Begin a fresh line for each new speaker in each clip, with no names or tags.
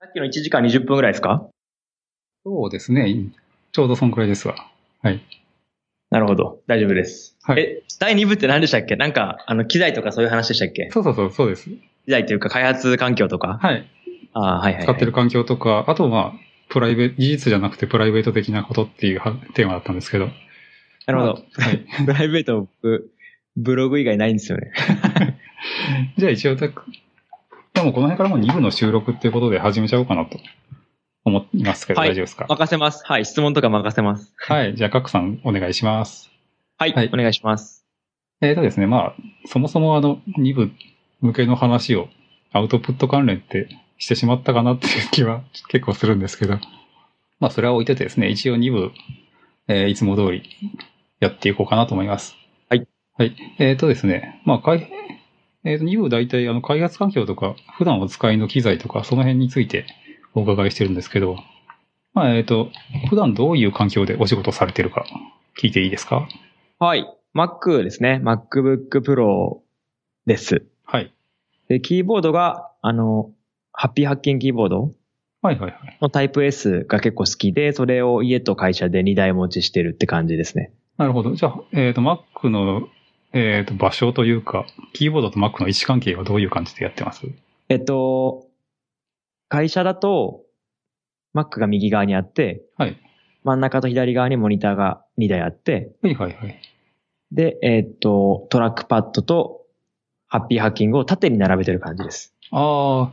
さっきの1時間20分ぐらいですか
そうですね。ちょうどそんくらいですわ。はい。
なるほど。大丈夫です。
はい
え、第2部って何でしたっけなんか、あの、機材とかそういう話でしたっけ
そうそうそう、そうです。
機材というか開発環境とか。
はい。
ああ、はいはい、はい。
使ってる環境とか、あとまあ、プライベート、技術じゃなくてプライベート的なことっていうはテーマだったんですけど。
なるほど。
はい。
プライベート、僕、ブログ以外ないんですよね。
じゃあ一応、でもこの辺からもう2部の収録っていうことで始めちゃおうかなと思いますけど、
はい
大丈夫ですか
任せます。はい。質問とか任せます。
はい。じゃあ、カクさんお願いします。
はい。
はい
お願いします。
えーとですね、まあ、そもそもあの、2部向けの話をアウトプット関連ってしてしまったかなっていう 気は結構するんですけど、まあ、それは置いててですね、一応2部、えーいつも通りやっていこうかなと思います。
はい。
はい。えーとですね、まあ、開えーと2部大体あの開発環境とか、普段お使いの機材とか、その辺についてお伺いしてるんですけど、まあ、えーと、普段どういう環境でお仕事されてるか聞いていいですか
はい。Mac ですね。MacBook Pro です。
はい。
で、キーボードが、あの、ハッピーハッキングキーボード
はいはいはい。
のタイプ S が結構好きで、それを家と会社で2台持ちしてるって感じですね。
なるほど。じゃあ、えっ、と、Mac の、えっ、と、場所というか、キーボードと Mac の位置関係はどういう感じでやってます
えっと、会社だと、Mac が右側にあって、
はい
真ん中と左側にモニターが2台あって、
はいはいはい。
で、えっと、トラックパッドとハッピーハッキングを縦に並べてる感じです。
ああ、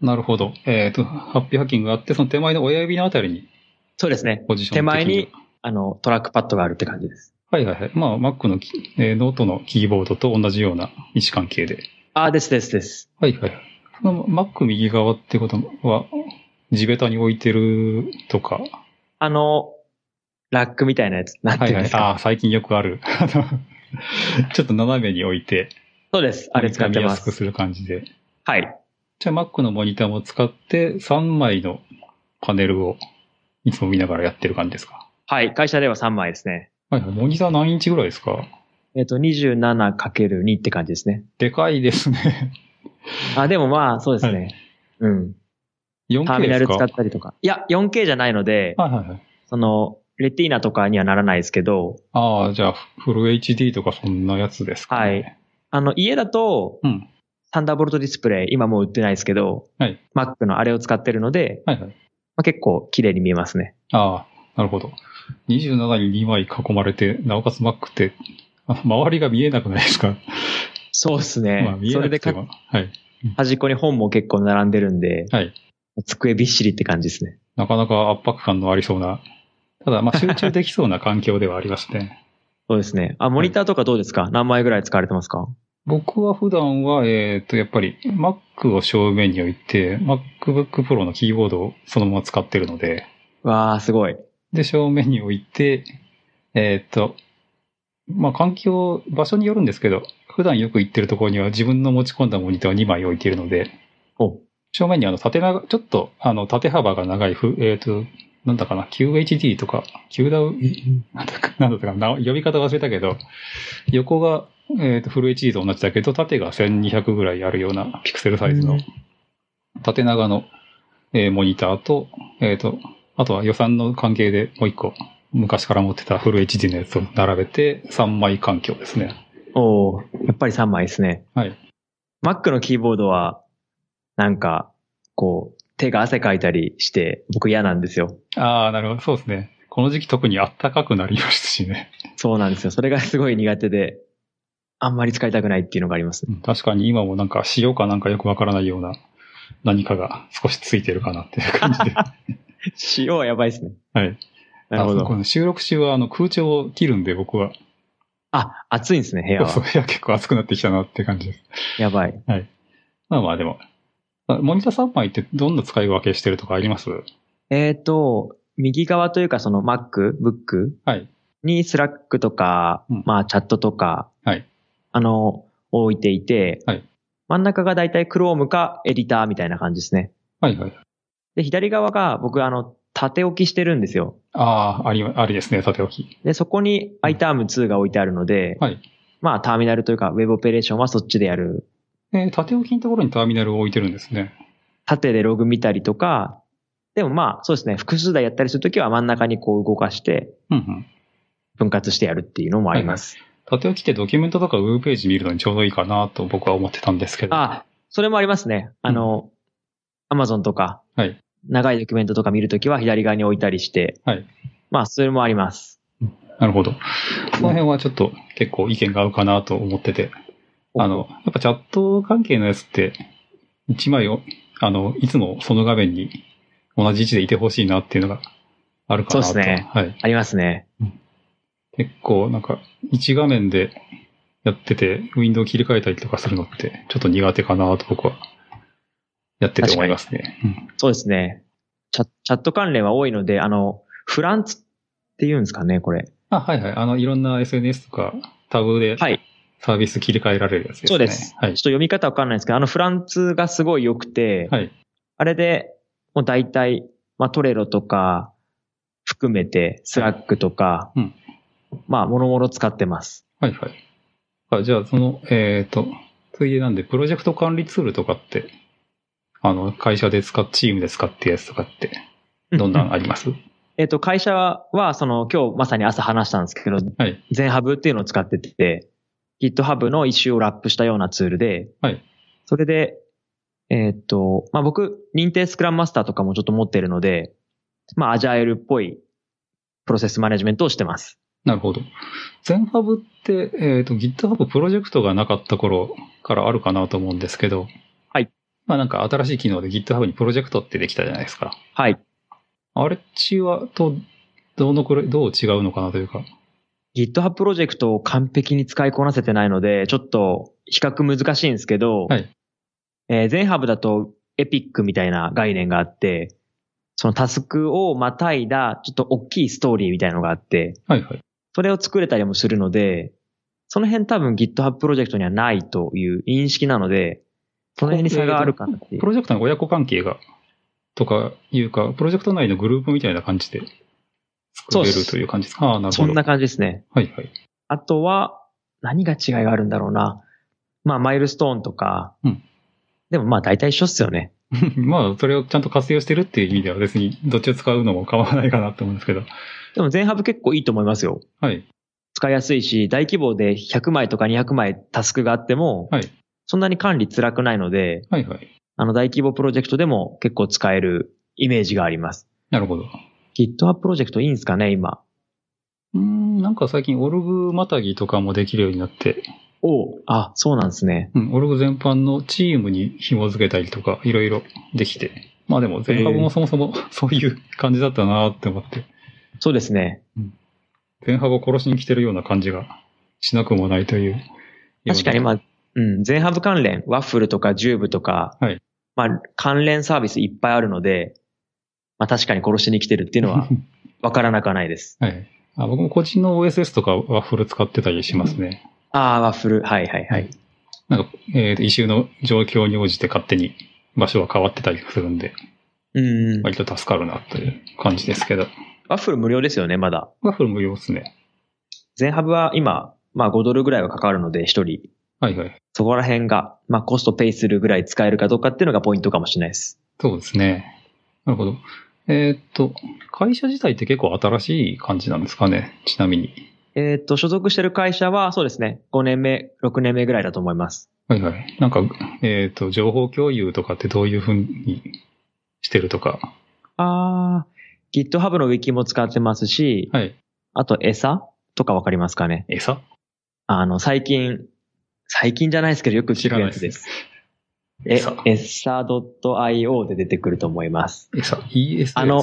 なるほど。えっ、と、ハッピーハッキングがあって、その手前の親指のあたりに
そうですね。
ポジション
手前
的
に。、あの、トラックパッドがあるって感じです。
はいはいはい。まあ、Mac のキ、えーノートのキーボードと同じような位置関係で。
あ、ですですです。
はいはいはい。その Mac 右側ってことは、地べたに置いてるとか。
あの、ラックみたいなやつ、なんて
はい
いうん
は
で
い
す。か。
ああ、最近よくある。 あのちょっと斜めに置いて、
そうです。あれ使って
見や
ます
く
す。
する感じで。
はい。
じゃあ Mac のモニターも使って3枚のパネルをいつも見ながらやってる感じですか
はい。会社では3枚ですね。
はいはい。モニター何インチぐらいですか
えっ、と、27×2 って感じですね。
でかいですね。
あ、でもまあ、そうですね。
は
うん。
4K ですか
ターミナル使ったりとか。いや、4K じゃないので、
はいはいはい。
その、レティーナとかにはならないですけど、
ああ、じゃあフル HD とかそんなやつですか、ね、
はい。あの、家だと、
うん。
サンダーボルトディスプレイ、今もう売ってないですけど、
はい、
Mac のあれを使ってるので、
はいはい。
まあ、結構綺麗に見えますね。
ああ、なるほど。27に2枚囲まれて、なおかつ Mac って、あ周りが見えなくないですか、
そうですね。
まあ見え
それ
な
で
くて
か、
も。はい。
端っこに本も結構並んでるんで、
はい。
机びっしりって感じですね。
なかなか圧迫感のありそうな、ただまあ集中できそうな環境ではありますね。
そうですね。あ、モニターとかどうですか、何枚ぐらい使われてますか
僕は普段は、えっ、と、やっぱり Mac を正面に置いて、MacBook Pro のキーボードをそのまま使ってるので、
わあ、すごい。
で、正面に置いて、えっ、と、まあ、環境、場所によるんですけど、普段よく行ってるところには自分の持ち込んだモニターを2枚置いているので、
お、
正面にあの縦長、ちょっとあの縦幅が長いふ、えっ、と、なんだかな、QHD とか、QW、なんだか、 なんだったかな、呼び方忘れたけど、横が、えっ、と、フル HD と同じだけど、縦が1200ぐらいあるようなピクセルサイズ
う
の
ん、
縦長の、えーモニターと、えっ、と、あとは予算の関係でもう一個、昔から持ってたフル HD のやつを並べて、3枚環境ですね。
おーやっぱり3枚ですね。
はい。
Mac のキーボードは、なんか、こう、手が汗かいたりして、僕嫌なんですよ。
ああ、なるほど、そうですね。この時期特に暖かくなりましたしね。
そうなんですよ。それがすごい苦手で、あんまり使いたくないっていうのがあり ます。
うん確かに今もなんか塩かなんかよくわからないような何かが少しついてるかなっていう感 じで。
塩はやばいですね。
はい。
なるほ
あこ
ど。
の収録中はあの空調を切るんで僕は、
あ、暑いんですね、部屋
そう
は。
部屋結構暑くなってきたなって感じです。
やばい。
まあまあでも、あモニター3枚ってどんな使い分けしてるとかあります
えっ、と、右側というかその Mac、Book
はい
に Slack とか、
うん
まあチャットとか、
はい
あの、置いていて、
はい
真ん中がだいたい Chrome かエディターみたいな感じですね。
はいはい。
で、左側が僕あの、縦置きしてるんですよ。
ああ、あり、ありですね、縦置き。
で、そこに iTerm2 が置いてあるので、
はい
まあターミナルというか Web オペレーションはそっちでやる。
えー縦置きのところにターミナルを置いてるんですね。
縦でログ見たりとか、でもまあ、そうですね、複数台やったりするときは真ん中にこう動かして、
うんうん。
分割してやるっていうのもあります。
縦置きってドキュメントとかウェブページ見るのにちょうどいいかなと僕は思ってたんですけど。
あ、それもありますね。あの、アマゾンとか、
はい
長いドキュメントとか見るときは左側に置いたりして、
はい
まあ、それもあります。
なるほど。この辺はちょっと結構意見が合うかなと思ってて。あの、やっぱチャット関係のやつって、一枚を、あの、いつもその画面に同じ位置でいてほしいなっていうのがあるかなと。
そうですね
はい。
ありますね。
結構なんか、一画面でやってて、ウィンドウ切り替えたりとかするのって、ちょっと苦手かなと僕は、やってて思いますね。うん
そうですね。チャチャット関連は多いので、あの、フランツって言うんですかね、これ。
あ、はいはい。あの、いろんな SNS とかタブで
はい。
サービス切り替えられるやつです
そ
ね。
うです。
は
ちょ
い
っと。読み方わかんないんですけど、あのフランツがすごい良くて、
はい。
あれで、もう大体、まあトレロとか、含めて、スラックとか、
うん
まあ、もろもろ使ってます。
はいはい。あじゃあ、その、えっ、と、ついでなんで、プロジェクト管理ツールとかって、あの、会社で使っ、チームで使ってやつとかって、どんなんあります、
えっ、と、会社は、その、今日まさに朝話したんですけど、
はい
全ハブっていうのを使ってて、GitHub の一周をラップしたようなツールで、
はい
それで、えっ、と、まあ、僕、認定スクラムマスターとかもちょっと持ってるので、まあ、アジャイルっぽいプロセスマネジメントをしてます。
なるほど。全ハブって、えっ、と、GitHub プロジェクトがなかった頃からあるかなと思うんですけど、
はい。
まあなんか新しい機能で GitHub にプロジェクトってできたじゃないですか。
はい。
あれっちは、と、どのくらい、どう違うのかなというか。
GitHub プロジェクトを完璧に使いこなせてないので、ちょっと比較難しいんですけど、
はい
えー全ハブだとエピックみたいな概念があって、そのタスクをまたいだちょっと大きいストーリーみたいのがあって、
はいはい。
それを作れたりもするので、その辺多分 GitHub プロジェクトにはないという認識なので、その辺に差があるかなっていう
プ。ロジェクトの親子関係が、とかいうか、プロジェクト内のグループみたいな感じで作
そ
れ
うっ
る
す
という感じですか。ああ、なるほど。
そんな感じですね。
はいはい。
あとは、何が違いがあるんだろうな。まあ、マイルストーンとか。
うん
でもまあ、大体一緒っすよね。
まあ、それをちゃんと活用してるっていう意味では別にどっちを使うのも構わないかなと思うんですけど。
でも、全ハブ結構いいと思いますよ。
はい。
使いやすいし、大規模で100枚とか200枚タスクがあっても、
はい
そんなに管理辛くないので、
はいはい。
あの、大規模プロジェクトでも結構使えるイメージがあります。
なるほど。
GitHub プロジェクトいいんですかね、今。
うーん、なんか最近オルグまたぎとかもできるようになって、
おうあ、そうなんですね。
うん、オルグ全般のチームに紐付けたりとかいろいろできて。まあでも、全ハブもそもそ もそういう感じだったなって思って。
そうですね。
全ハブを殺しに来てるような感じがしなくもないという。
確かに、まあ、うん、全ハブ関連、ワッフルとかジューブとか、
はい
まあ、関連サービスいっぱいあるので、まあ確かに殺しに来てるっていうの はわからなくはないです。
はい。あ僕も個人の OSS とかワッフル使ってたりしますね。
ああ、ワッフル、はいはいはい。
なんか、えーと、異臭の状況に応じて勝手に場所が変わってたりするんで、
うん、
割と助かるなという感じですけど。
ワッフル無料ですよね、まだ。
ワッフル無料ですね。
全ハブは今、まあ5ドルぐらいはかかるので、一人。
はいはい。
そこら辺が、まあコストペイするぐらい使えるかどうかっていうのがポイントかもしれないです。
そうですね。なるほど。えーっと、会社自体って結構新しい感じなんですかね。ちなみに。
えっ、と、所属してる会社は、そうですね、5年目、6年目ぐらいだと思います。
はいはい。なんか、えーっと、情報共有とかってどういうふうにしてるとか。
ああ、GitHub の Wiki も使ってますし、
はい。
あと、餌とかわかりますかね
餌
あの、最近、最近じゃないですけど、よく聞くやつです。え
知らない、
essa.io で出てくると思います。
餌 ?ES ですか
あの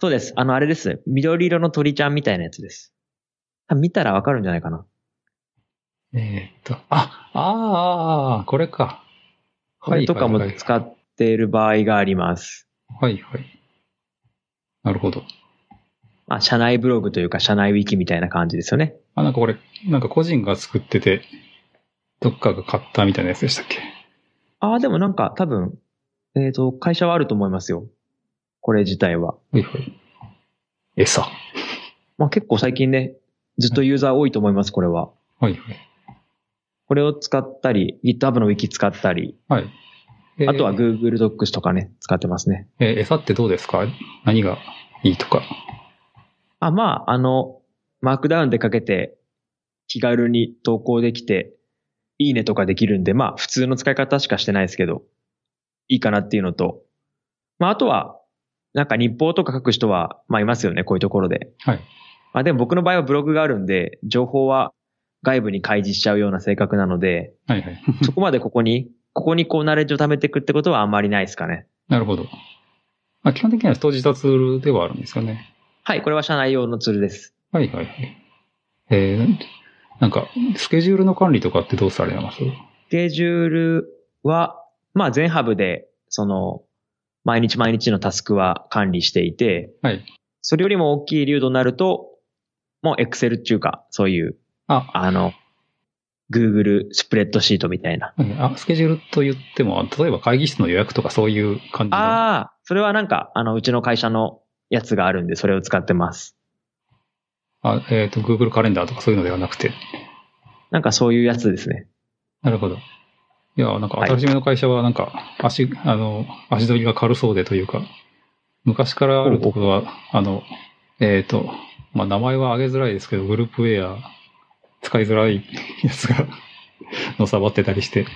そうです。あの、あれです。緑色の鳥ちゃんみたいなやつです。多分見たらわかるんじゃないかな。
えーっと、あ、あーあー、これか。
これとかも使っている場合があります。
はいはい。なるほど。
まあ、社内ブログというか、社内ウィキみたいな感じですよね。
あ、なんかこれ、なんか個人が作ってて、どっかが買ったみたいなやつでしたっけ
ああ、でもなんか多分、えっ、と、会社はあると思いますよ。これ自体は。
はいはい。餌。は
まあ結構最近ね、ずっとユーザー多いと思います、これは。
いはい。
これを使ったり、GitHub の Wiki 使ったり、
はい。えー
あとは Google Docs とかね、使ってますね。
えー餌ってどうですか何がいいとか。
あ、まあ、あの、マークダウンでかけて、気軽に投稿できて、いいねとかできるんで、まあ、普通の使い方しかしてないですけど、いいかなっていうのと、まあ、あとは、なんか日報とか書く人は、まあ、いますよね、こういうところで。
はい。
まあ、でも僕の場合はブログがあるんで、情報は外部に開示しちゃうような性格なので、
はいはい。
そこまでここに、ここにこう、ナレッジを貯めていくってことはあんまりないですかね。
なるほど。まあ、基本的には人自他ツールではあるんですよね。
はい、これは社内用のツールです。
はいはいはい。えーなんか、スケジュールの管理とかってどうされます
スケジュールは、まあ全ハブで、その、毎日毎日のタスクは管理していて、
はい。
それよりも大きい流度になると、もう Excel っていうか、そういう、
あ、
あの、Google スプレッドシートみたいな。
はいあ、スケジュールと言っても、例えば会議室の予約とかそういう感じの。
ああ、それはなんか、あの、うちの会社のやつがあるんで、それを使ってます。
あえっ、と、Google カレンダーとかそういうのではなくて。
なんかそういうやつですね。
なるほど。いや、なんか、
はい
新しめの会社は、なんか、足、あの、足取りが軽そうでというか、昔からあるところは、あの、えっ、と、まあ、名前は挙げづらいですけど、グループウェア、使いづらいやつが、 のさばってたりして、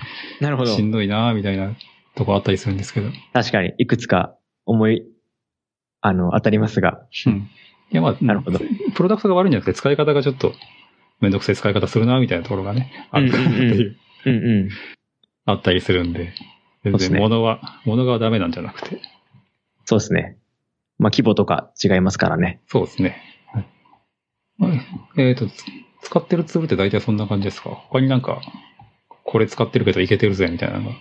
なるほど
し。んどいなぁみたいなとこあったりするんですけど。
確かに、いくつか思い、あの、当たりますが。
うん。いや、まあ、
なるほど。
プロダクトが悪いんじゃなくて、使い方がちょっと、めんどくさい使い方するなぁみたいなところがね、あるかなっていう。
うんうんうんうん。
あったりするんで、
う
全
です
然
ね
物は、物がダメなんじゃなくて。
そうですね。まあ、規模とか違いますからね。
そうですね。はいえっ、と、つ使ってるツールって大体そんな感じですか他になんか、これ使ってるけどいけてるぜみたいなのが。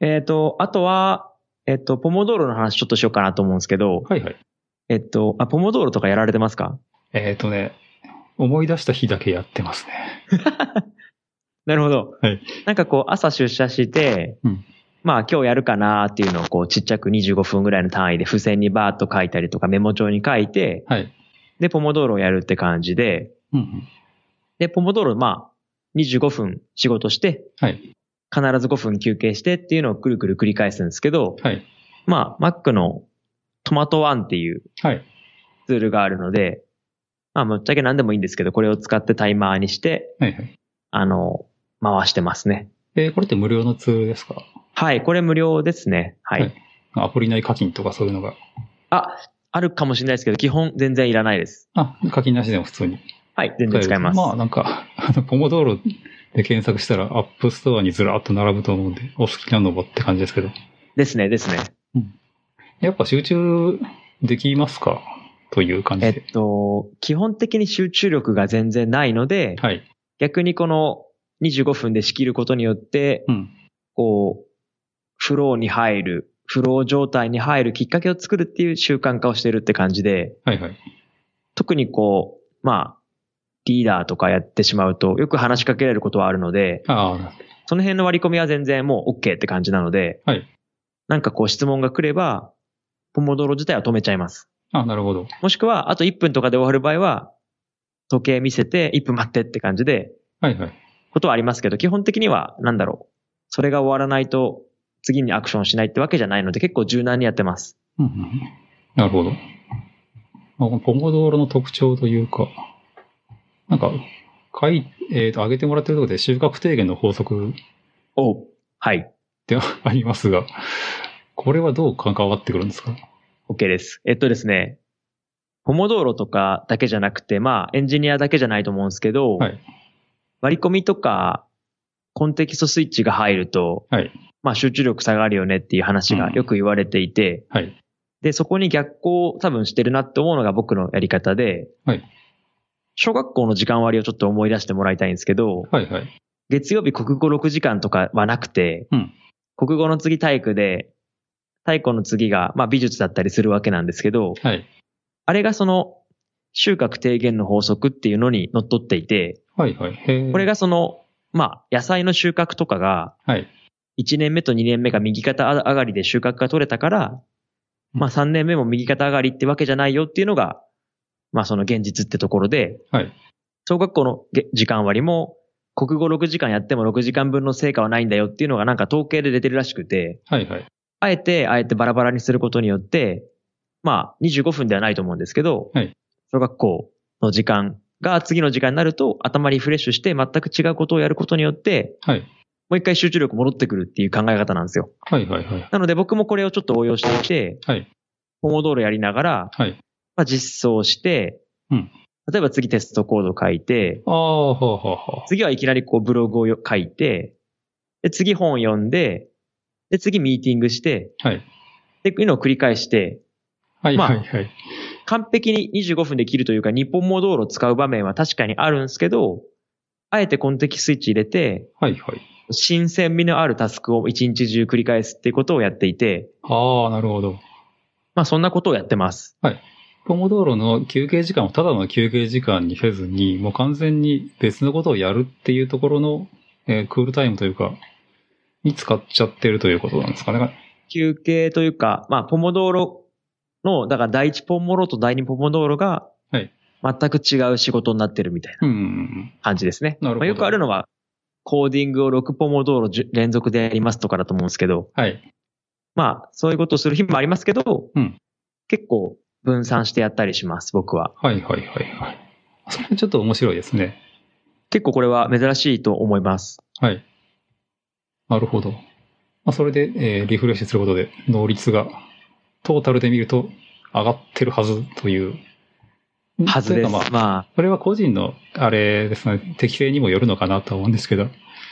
えっ、と、あとは、えっ、と、ポモドーロの話ちょっとしようかなと思うんですけど、
はいはい。
えっ、と、あ、ポモドーロとかやられてますか
えっ、とね、思い出した日だけやってますね。
なるほど。
はい
なんかこう、朝出社して、
うん
まあ今日やるかなっていうのをこう、ちっちゃく25分ぐらいの単位で付箋にバーっと書いたりとかメモ帳に書いて、
はい。
で、ポモドーロをやるって感じで、
うんうん。
で、ポモドーロ、まあ、25分仕事して、
はい。
必ず5分休憩してっていうのをくるくる繰り返すんですけど、
はい。
まあ、Mac のトマトワンっていう
はい。
ツールがあるので、まあ、ぶっちゃけ何でもいいんですけど、これを使ってタイマーにして、
はいはい。
あの、回してますね。
えーこれって無料のツールですか
はい、これ無料ですね。はい。
はいアプリ内課金とかそういうのが。
あ、あるかもしれないですけど、基本全然いらないです。
あ、課金なしでも普通に。
はい、全然使えます。
まあなんか、 あの、ポモドーロで検索したらアップストアにずらっと並ぶと思うんで、お好きなのばって感じですけど。
ですね、ですね。
やっぱ集中できますかという感
え
じで。
っと、基本的に集中力が全然ないので、
はい。
逆にこの25分で仕切ることによって、
うん。
こう、フローに入る、フロー状態に入るきっかけを作るっていう習慣化をしてるって感じで、
はいはい。
特にこう、まあ、リーダーとかやってしまうと、よく話しかけられることはあるので、
あ
その辺の割り込みは全然もう OK って感じなので、
はい
なんかこう質問が来れば、ポモドーロ自体は止めちゃいます。
あ、あなるほど。
もしくは、あと1分とかで終わる場合は、時計見せて1分待ってって感じで、
はいはい。
ことはありますけど、基本的には、なんだろう。それが終わらないと、次にアクションしないってわけじゃないので、結構柔軟にやってます。
うんうん。なるほど。まあこのポモドーロの特徴というか、なんか、かい、えっ、と、上げてもらってるところで収穫低減の法則
おはい。
では ありますが、これはどう関わってくるんですか
OK です。えっとですね、ホモ道路とかだけじゃなくて、まあ、エンジニアだけじゃないと思うんですけど、
はい
割り込みとか、コンテキストスイッチが入ると、
はい
まあ、集中力下がるよねっていう話がよく言われていて、
はい。
で、そこに逆行を多分してるなって思うのが僕のやり方で、
はい
小学校の時間割をちょっと思い出してもらいたいんですけど、
はいはい。
月曜日国語6時間とかはなくて、
うん
国語の次体育で、体育の次が、まあ、美術だったりするわけなんですけど、
はい。
あれがその、収穫低減の法則っていうのに則っっていて、
はいはい。へえ
これがその、まあ、野菜の収穫とかが、
はい。
1年目と2年目が右肩上がりで収穫が取れたから、まあ3年目も右肩上がりってわけじゃないよっていうのが、まあその現実ってところで、
はい
小学校のげ時間割も国語6時間やっても6時間分の成果はないんだよっていうのがなんか統計で出てるらしくて、
はいはい。
あえて、あえてバラバラにすることによって、まあ、25分ではないと思うんですけど、
はい
小学校の時間が次の時間になると頭リフレッシュして全く違うことをやることによって、
はい。
もう一回集中力戻ってくるっていう考え方なんですよ。
はいはいはい。
なので僕もこれをちょっと応用していて、
はい。
ポモドーロやりながら、
はい。
まあ、実装して、
うん
例えば次テストコード書いて、
ああ、はあはあはあ。
次はいきなりこうブログをよ書いて、で、次本読んで、で、次ミーティングして、
はい。
で、いうのを繰り返して、
はい
まあ
はいはい。
完璧に25分で切るというか、日本も道路を使う場面は確かにあるんですけど、あえてコンテキスイッチ入れて、
はいはい。
新鮮味のあるタスクを一日中繰り返すっていうことをやっていて、
ああ、なるほど。
まあそんなことをやってます。
ポモ道路の休憩時間をただの休憩時間にせずに、もう完全に別のことをやるっていうところの、えークールタイムというか、に使っちゃってるということなんですかね。
休憩というか、まあ、ポモドーロの、だから第一ポモロと第二ポモドーロが、
はい
全く違う仕事になってるみたいな
うん。
感じですね。
なるほど
まあ、よくあるのは、コーディングを6ポモドーロじゅ連続でやりますとかだと思うんですけど、
はい。
まあ、そういうことをする日もありますけど、
うん
結構分散してやったりします、僕は。
はいはいはいはい。それちょっと面白いですね。
結構これは珍しいと思います。
はい。なるほど。まあ、それで、えーリフレッシュすることで、能率が、トータルで見ると、上がってるはずという。
はず
とい
で
う
す。
かま
ま
あ、
あ、
これは個人の、あれですね、適性にもよるのかなと思うんですけど。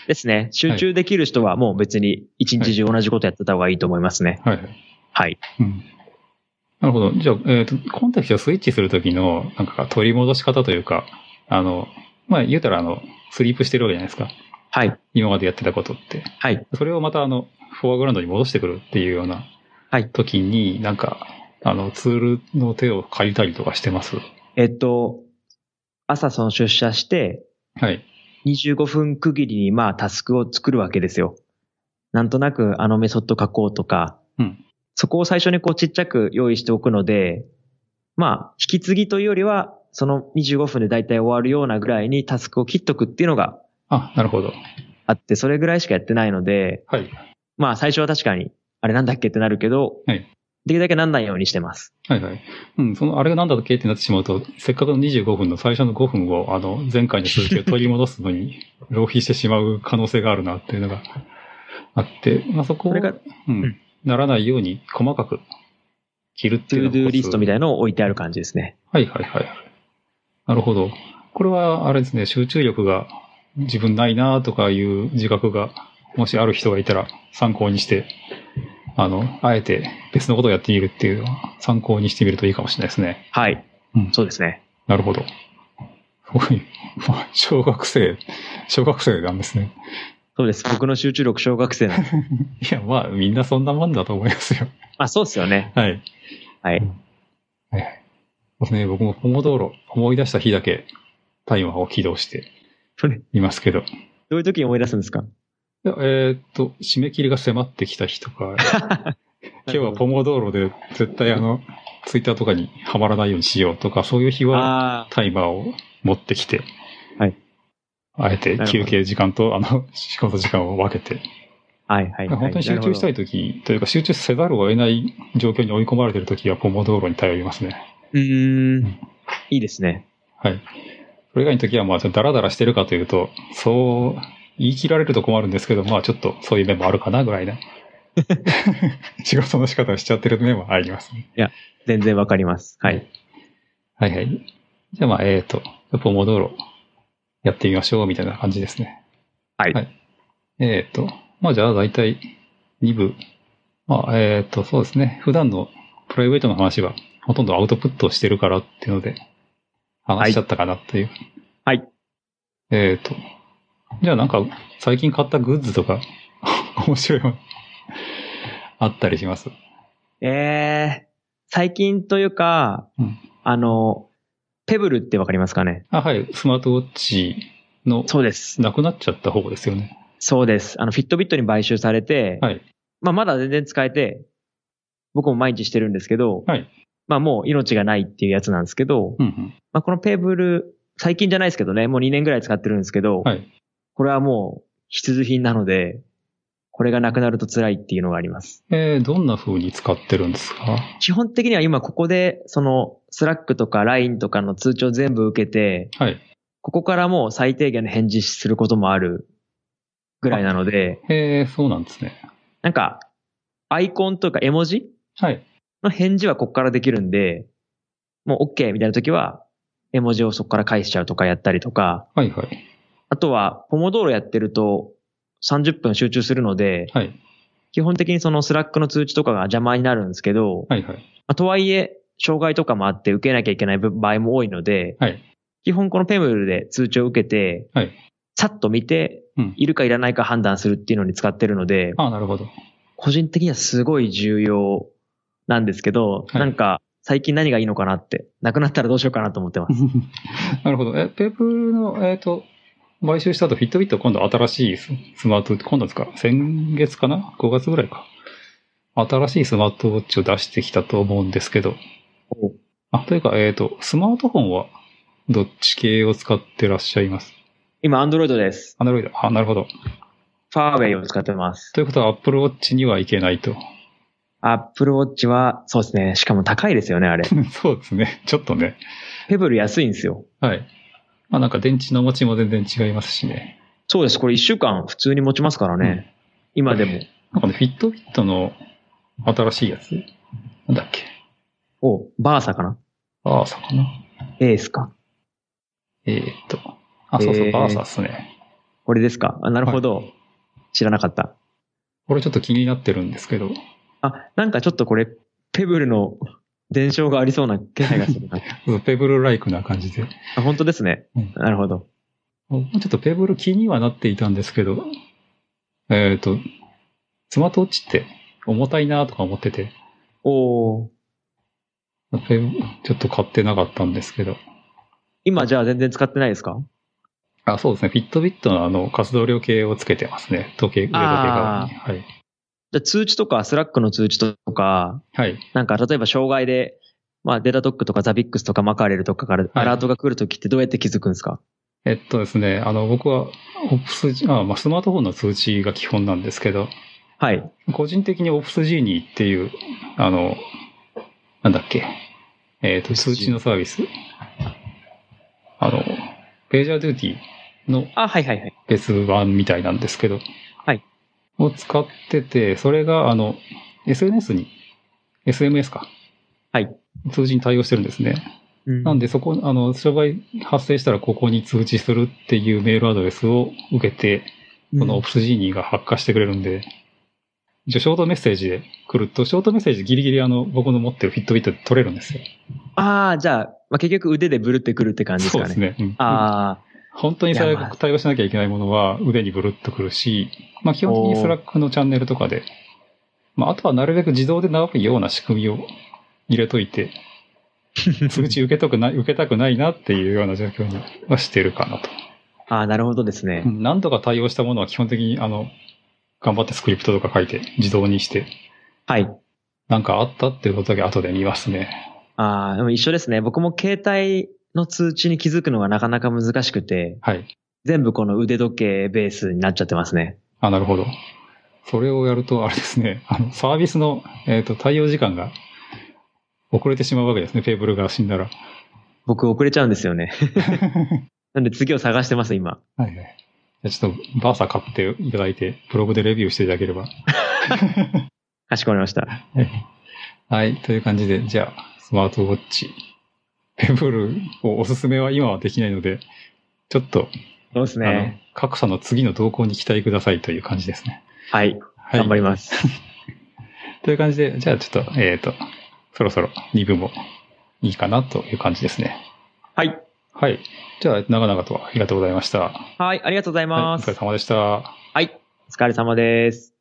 ですね。集中できる人はもう別に一日中同じことやってた方がいいと思いますね。
はい。
はい。
うん。なるほど。じゃあ、えっ、と、コンテキストをスイッチするときの、なんか取り戻し方というか、あの、まあ、言うたら、あの、スリープしてるわけじゃないですか。
はい。
今までやってたことって。
はい。
それをまた、あの、フォアグラウンドに戻してくるっていうような、
はい
時に、なんか、あの、ツールの手を借りたりとかしてます。
えっと、朝その出社して、
はい。
25分区切りにまあタスクを作るわけですよ。なんとなくあのメソッド書こうとか、
うん
そこを最初にこうちっちゃく用意しておくので、まあ引き継ぎというよりは、その25分で大体終わるようなぐらいにタスクを切っとくっていうのが
あ、なるほど。
あって、それぐらいしかやってないので、
はい。
まあ最初は確かに、あれなんだっけってなるけど、
はい
できるだけなんないようにしてます。
はいはい。うん、その、あれが何だっけってなってしまうと、せっかくの25分の最初の5分を、あの、前回の続きを取り戻すのに、 浪費してしまう可能性があるなっていうのがあって、まあ、そこを、
これが
う
うん
ん、ならないように細かく切るって
ト
いう
ゥー
の
ドゥーリストみ
たい
たいのを置いてある感じですね。
な。はいはいはい。なるほど。これは、あれですね、集中力が自分ないなとかいう自覚が、もしある人がいたら参考にして、あの、あえて別のことをやってみるっていうのは参考にしてみるといいかもしれないですね。
はい。
うん
そうですね。
なるほど。すごい。まあ小学生、小学生なんですね。
そうです。僕の集中力小学生 なんで。
いや、まあ、みんなそんなもんだと思いますよ。
まあそうですよね。
はい。
はい。
はいはい。そうですね、僕もポモ道路、思い出した日だけタイマーを起動して
それ、
いますけど。い
どういう時に思い出すんですか
やえーっと、締め切りが迫ってきた日と か、今日はポモ道路で絶対あの、ツイッターとかにはまらないようにしようとか、そういう日は、
ああ、
タイマーを持ってきて、
はい
あえて休憩時間とあの仕事時間を分けて、
はいはいはい。
本当に集中した
い。
いときというか集中せざるを得ない状況に追い込まれているときはポモ道路に頼りますね。
うーん。いいですね。
はい。それ以外のときはまあちょっとダラダラしてるかというと、そう言い切られると困るんですけど、まあちょっとそういう面もあるかなぐらいな。 仕事の仕方をしちゃってる面もありますね。
全然わかります。はい。
はいはい。じゃあまあ、えっ、と、ポモドーロやってみましょうみたいな感じですね。
はい
えっ、と、まあじゃあ大体2部。まあ、えっ、と、そうですね。普段のプライベートの話はほとんどアウトプットをしてるからっていうので、話しちゃったかなという。
はいはい
えっ、と、じゃあなんか最近買ったグッズとか、 面白いもの、あったりします。
えー、最近というか、
うん
あの、ペブルってわかりますかね
あ、はい。スマートウォッチの、
そうです。
なくなっちゃった方ですよね。
そうです。あの、フィットビットに買収されて、
はい
まあ、まだ全然使えて、僕も毎日してるんですけど、
はい
まあ、もう命がないっていうやつなんですけど、
うんうん。
まあ、このペーブル、最近じゃないですけどね、もう2年ぐらい使ってるんですけど、
はい
これはもう必需品なので、これがなくなると辛いっていうのがあります。
えーどんな風に使ってるんですか
基本的には今ここで、その、スラックとか LINE とかの通知を全部受けて、
はい。
ここからもう最低限の返事することもあるぐらいなので、
えーそうなんですね。
なんか、アイコンというか絵文字
はい。
の返事はここからできるんで、もう OK みたいな時は、絵文字をそこから返しちゃうとかやったりとか、
はいはい。
あとは、ポモドーロやってると30分集中するので、
はい。
基本的にそのスラックの通知とかが邪魔になるんですけど、
はいは
ま
い。
あ、とはいえ、障害とかもあって受けなきゃいけない部場合も多いので、
はい
基本このペムルで通知を受けて、
はい
さっと見て、
うん
いるかいらないか判断するっていうのに使ってるので、
ああ、なるほど。
個人的にはすごい重要なんですけど、
はい
なんか最近何がいいのかなって、なくなったらどうしようかなと思ってます。
なるほど。え、ペープルの、えっ、と、買収した後、フィットビット今度新しいススマート、今度ですか先月かな ?5 月ぐらいか。新しいスマートウォッチを出してきたと思うんですけど。あ、というか、えっ、と、スマートフォンはどっち系を使ってらっしゃいます
今、アンドロイドです。
アナロイド。あ、なるほど。
ファーウェイを使ってます。
ということは、アップルウォッチにはいけないと。
アップルウォッチは、そうですね。しかも高いですよね、 あれ。
そうですね。ちょっとね。
ペブル安いんですよ。
はい。まあなんか電池の持ちも全然違いますしね。
そうです。これ1週間普通に持ちますからね。今でも。
なんかね、フィットビットの新しいやつなんだっけ
お、バーサかな
バーサかな
エースか。
えーっと。あ、そうそ
え
う、
ー
バーサですね。
これですかあなるほど、
はい
知らなかった。
これちょっと気になってるんですけど。
あ、なんかちょっとこれ、ペブルの伝承がありそうな気配がする な。
そうペブルライクな感じで。
あ本当ですね、
うん
なるほど。
もうちょっとペブル気にはなっていたんですけど、えーっと、スマートウォッチって重たいなとか思ってて、
おー
ペブちょっと買ってなかったんですけど。
今じゃあ全然使ってないですか
あ、そうですね。フィットビットのあの、活動量計をつけてますね。時計、腕時計側に。はい。
じゃあ通知とか、スラックの通知とか、
はい。
なんか例えば障害で、まあデータドックとかザビックスとかマカレルとかからアラートが来るときってどうやって気づくんですか、
えっとですね、あの、僕は、オプス G、あまあ、スマートフォンの通知が基本なんですけど、
はい、
個人的にオプスジーニーっていう、あの、なんだっけ、えっ、と、
Opsgenie
通知のサービス。あの、ページャーデューティーの
あ、はいはいはい。
別版みたいなんですけど、
はい。
を使ってて、それが、あの、SNS に、SMS か。
はい。
通知に対応してるんですね。
うん
なんで、そこ、あの、障害発生したらここに通知するっていうメールアドレスを受けて、このオプスジーニーが発火してくれるんで、一応ショートメッセージで来ると、ショートメッセージギリギリあの、僕の持ってるフィットビットで取れるんですよ。
ああ、じゃあ、まあ、結局腕でブルってくるって感じです
そう
か
で
ね。
すね。うん
あ
本当に最
いやま
悪対応しなきゃいけないものは腕にブルッとくるし、まあ基本的にスラックのチャンネルとかで、まああとはなるべく自動で長くような仕組みを入れと いて、通知受けたくない、受けたくないなっていうような状況にはしてるかなと。
あ、ああ、なるほどですね。
うん何度か対応したものは基本的にあの、頑張ってスクリプトとか書いて自動にして、
はい。
なんかあったっていうことだけ後で見ますね。
ああ、でも一緒ですね。僕も携帯の通知に気づくのがなかなか難しくて、
はい。
全部この腕時計ベースになっちゃってますね。
あ、なるほど。それをやると、あれですね、あの、サービスの、えっ、と、対応時間が遅れてしまうわけですね、ペーブルが死んだら。
僕遅れちゃうんですよ ね。
はい
なんで次を探してます、今。
はい。じゃあちょっと、バーサ買っていただいて、ブログでレビューしていただければ。
かしこまりました。
はい。という感じで、じゃあ、スマートウォッチ。ペーブルをおすすめは今はできないので、ちょっと、
そうですね。
あの、格差の次の動向に期待くださいという感じですね。
はい。
はい。
頑張ります。
という感じで、じゃあちょっと、えっ、と、そろそろ2部もいいかなという感じですね。
はい。
はい。じゃあ、長々とありがとうございました。
はい、ありがとうござい
はい、お
ます。
疲れ様でした。
はい、お疲れ様です。